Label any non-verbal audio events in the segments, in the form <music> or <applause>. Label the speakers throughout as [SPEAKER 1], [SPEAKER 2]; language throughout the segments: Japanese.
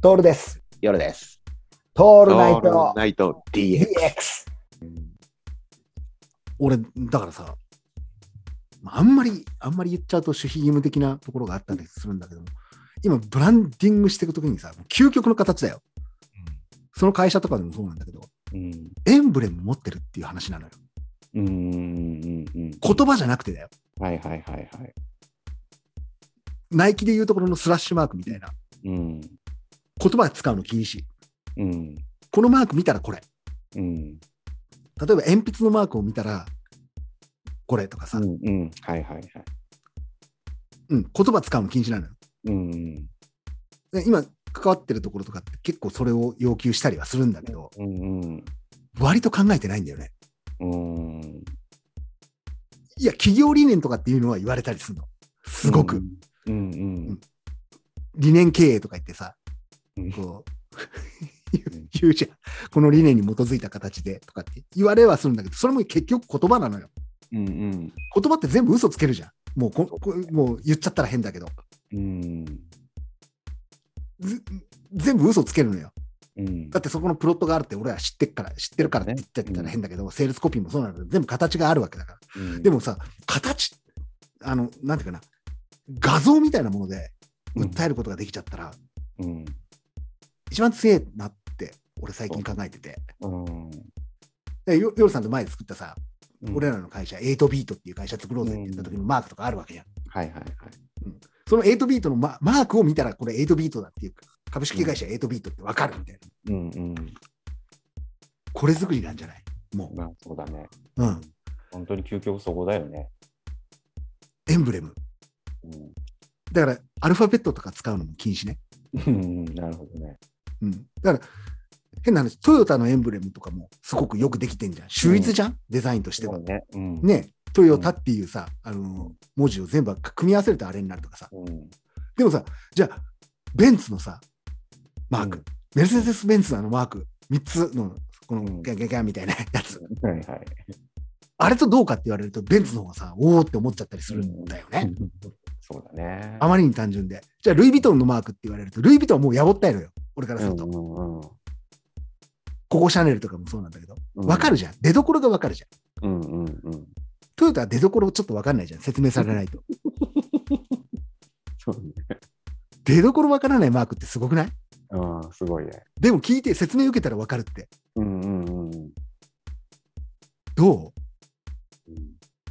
[SPEAKER 1] トールです。
[SPEAKER 2] 夜です。
[SPEAKER 1] ト
[SPEAKER 2] オ
[SPEAKER 1] ールナイト
[SPEAKER 2] ナイト DX。
[SPEAKER 1] DX。
[SPEAKER 3] 俺、だからさ、まああんまり、あんまり言っちゃうと守秘義務的なところがあったりするんだけども、今、ブランディングしていくときにさ、究極の形だよ。その会社とかでもそうなんだけど、
[SPEAKER 2] うん。
[SPEAKER 3] エンブレム持ってるっていう話なのよ。
[SPEAKER 2] うん。うん。うん。
[SPEAKER 3] 言葉じゃなくてだよ。
[SPEAKER 2] はいはいはいはい。
[SPEAKER 3] ナイキで言うところのスラッシュマークみたいな。
[SPEAKER 2] うん。
[SPEAKER 3] 言葉使うの禁止。
[SPEAKER 2] うん。
[SPEAKER 3] このマーク見たらこれ。
[SPEAKER 2] うん。
[SPEAKER 3] 例えば鉛筆のマークを見たら、これとかさ、
[SPEAKER 2] う
[SPEAKER 3] うん、
[SPEAKER 2] ん。うん。はいはいはい。
[SPEAKER 3] 言葉使うの禁止なのよ。
[SPEAKER 2] うん。
[SPEAKER 3] で今、関わってるところとかって結構それを要求したりはするんだけど、
[SPEAKER 2] うん。
[SPEAKER 3] 割と考えてないんだよね。
[SPEAKER 2] うん。
[SPEAKER 3] いや、企業理念とかっていうのは言われたりするの。すごく。。
[SPEAKER 2] うん。うん。
[SPEAKER 3] 理念経営とか言ってさ、
[SPEAKER 2] うん
[SPEAKER 3] こう、 <laughs> 言う言うじゃん。この理念に基づいた形でとかって言われはするんだけど、それも結局言葉なのよ。
[SPEAKER 2] うん。
[SPEAKER 3] 言葉って全部嘘つけるじゃん。もうこ、こもう言っちゃったら変だけど、
[SPEAKER 2] うん。
[SPEAKER 3] ず全部嘘つけるのよ。
[SPEAKER 2] うん。
[SPEAKER 3] だってそこのプロットがあるって俺は知ってっから、知ってるからって言っちゃったら変だけど、セールスコピーもそうなんだけど、全部形があるわけだから。で
[SPEAKER 2] も。
[SPEAKER 3] もさ、形、あの、なんていうかな、画像みたいなもので訴えることができちゃったら、
[SPEAKER 2] うん。
[SPEAKER 3] 一番強えなって、俺最近考えてて。
[SPEAKER 2] うん。
[SPEAKER 3] でよ夜さんと前作ったさ、俺。らの会社、8ビートっていう会社作ろうぜって言った時のマークとかあるわけじゃん。
[SPEAKER 2] はいはいはい。
[SPEAKER 3] その8ビートのママークを見たら、これ8ビートだっていう、株式会社8ビートってわかるみたいな。
[SPEAKER 2] うん。うん。
[SPEAKER 3] これ作りなんじゃないも
[SPEAKER 2] まあ、そうだね。
[SPEAKER 3] う。うん。
[SPEAKER 2] 本当に究極そこだよね。
[SPEAKER 3] エンブレム。
[SPEAKER 2] うん。
[SPEAKER 3] だから、アルファベットとか使うのも禁止ね。
[SPEAKER 2] うん。なるほどね。
[SPEAKER 3] うん。だから、変な話、トヨタのエンブレムとかもすごくよくできてんじゃん。秀逸じゃん、デザインとしては。
[SPEAKER 2] ね。うん。。
[SPEAKER 3] ね。トヨタっていうさ、あの、文字を全部組み合わせるとあれになるとかさ。
[SPEAKER 2] うん。
[SPEAKER 3] でもさ、じゃあ、ベンツのさ、マーク、
[SPEAKER 2] うん
[SPEAKER 3] メルセデス・ベンツのあのマーク、3つの、この、
[SPEAKER 2] うん
[SPEAKER 3] ギャンギャンギャンみたいな <laughs> やつ、
[SPEAKER 2] はいはい。
[SPEAKER 3] あれとどうかって言われると、ベンツの方がさ、おおって思っちゃったりするんだよね。
[SPEAKER 2] そうだね。
[SPEAKER 3] あまりに単純で。じゃあ、ルイ・ヴィトンのマークって言われると、ルイ・ヴィトンはもうやぼったいのよ、俺からすると。
[SPEAKER 2] うん
[SPEAKER 3] ここシャネルとかもそうなんだけど、
[SPEAKER 2] うん
[SPEAKER 3] わか
[SPEAKER 2] る。
[SPEAKER 3] るじゃん。出どころがわかるじゃ
[SPEAKER 2] う
[SPEAKER 3] ん。
[SPEAKER 2] んうんうん。
[SPEAKER 3] トヨタは出どころちょっとわかんないじゃん、説明されないと。
[SPEAKER 2] そうね。
[SPEAKER 3] 出どころわからないマークってすごくない
[SPEAKER 2] ああ、すごいね。
[SPEAKER 3] でも聞いて、説明受けたらわかるって。
[SPEAKER 2] うんうんうん。
[SPEAKER 3] どう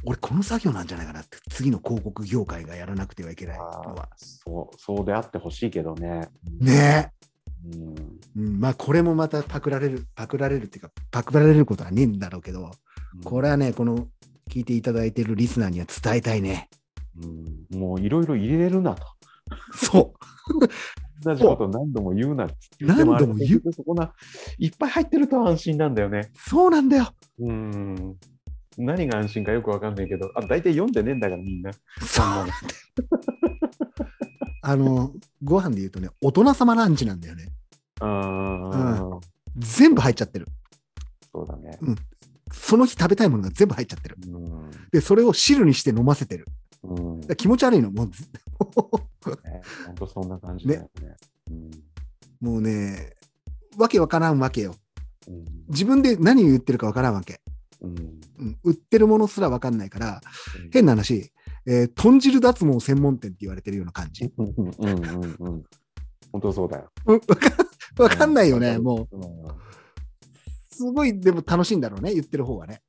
[SPEAKER 3] 俺この作業なんじゃないかなって次の広告業界がやらなくてはいけないの
[SPEAKER 2] あ
[SPEAKER 3] は
[SPEAKER 2] あ、そう、そうであってほしいけどね。
[SPEAKER 3] ね
[SPEAKER 2] うん。
[SPEAKER 3] え、うん、まあこれもまたパクられるパクられるっていうかパクられることはねえんだろうけどこれはねこの聞いていただいてるリスナーには伝えたいね
[SPEAKER 2] うん、もういろいろ入れるなと。
[SPEAKER 3] そ
[SPEAKER 2] 同じこと何度も言うなって言って
[SPEAKER 3] 何度も言う
[SPEAKER 2] あれそこな、いっぱい入ってると安心なんだよね。
[SPEAKER 3] うそうなんだよ
[SPEAKER 2] うん。何が安心かよくわかんないけど、あ、大体読んでねえんだからみんな。
[SPEAKER 3] そうなんだよあのご飯で言うとね大人様ランチなんだよね
[SPEAKER 2] ああ、
[SPEAKER 3] 全部入っちゃってる
[SPEAKER 2] そうだね。
[SPEAKER 3] その日食べたいものが全部入っちゃってる
[SPEAKER 2] うん。
[SPEAKER 3] でそれを汁にして飲ませてる
[SPEAKER 2] うん
[SPEAKER 3] だから気持ち悪いのもう
[SPEAKER 2] ね、本当そんな感じだよね。うん
[SPEAKER 3] もうねわけわからんわけよ
[SPEAKER 2] うん
[SPEAKER 3] 自分で何を言ってるかわからんわけ、
[SPEAKER 2] うん
[SPEAKER 3] うん、売ってるものすらわかんないから変な話、えー豚汁脱毛専門店って言われてるような感じ
[SPEAKER 2] うんうんうんうん本当そうだよ。
[SPEAKER 3] うんわかわかんないよね
[SPEAKER 2] うん
[SPEAKER 3] も
[SPEAKER 2] うん
[SPEAKER 3] うすごいでも楽しいんだろうね言ってる方はね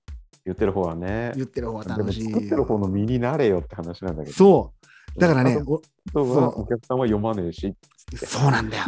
[SPEAKER 2] 言ってる方はね。
[SPEAKER 3] 言ってる方は
[SPEAKER 2] でも
[SPEAKER 3] 楽しい
[SPEAKER 2] 作ってる方の身になれよって話なんだけど。
[SPEAKER 3] そうだからね
[SPEAKER 2] あとそ
[SPEAKER 3] お
[SPEAKER 2] う
[SPEAKER 3] そう
[SPEAKER 2] お客さんは読まねえし。
[SPEAKER 3] そうなんだよ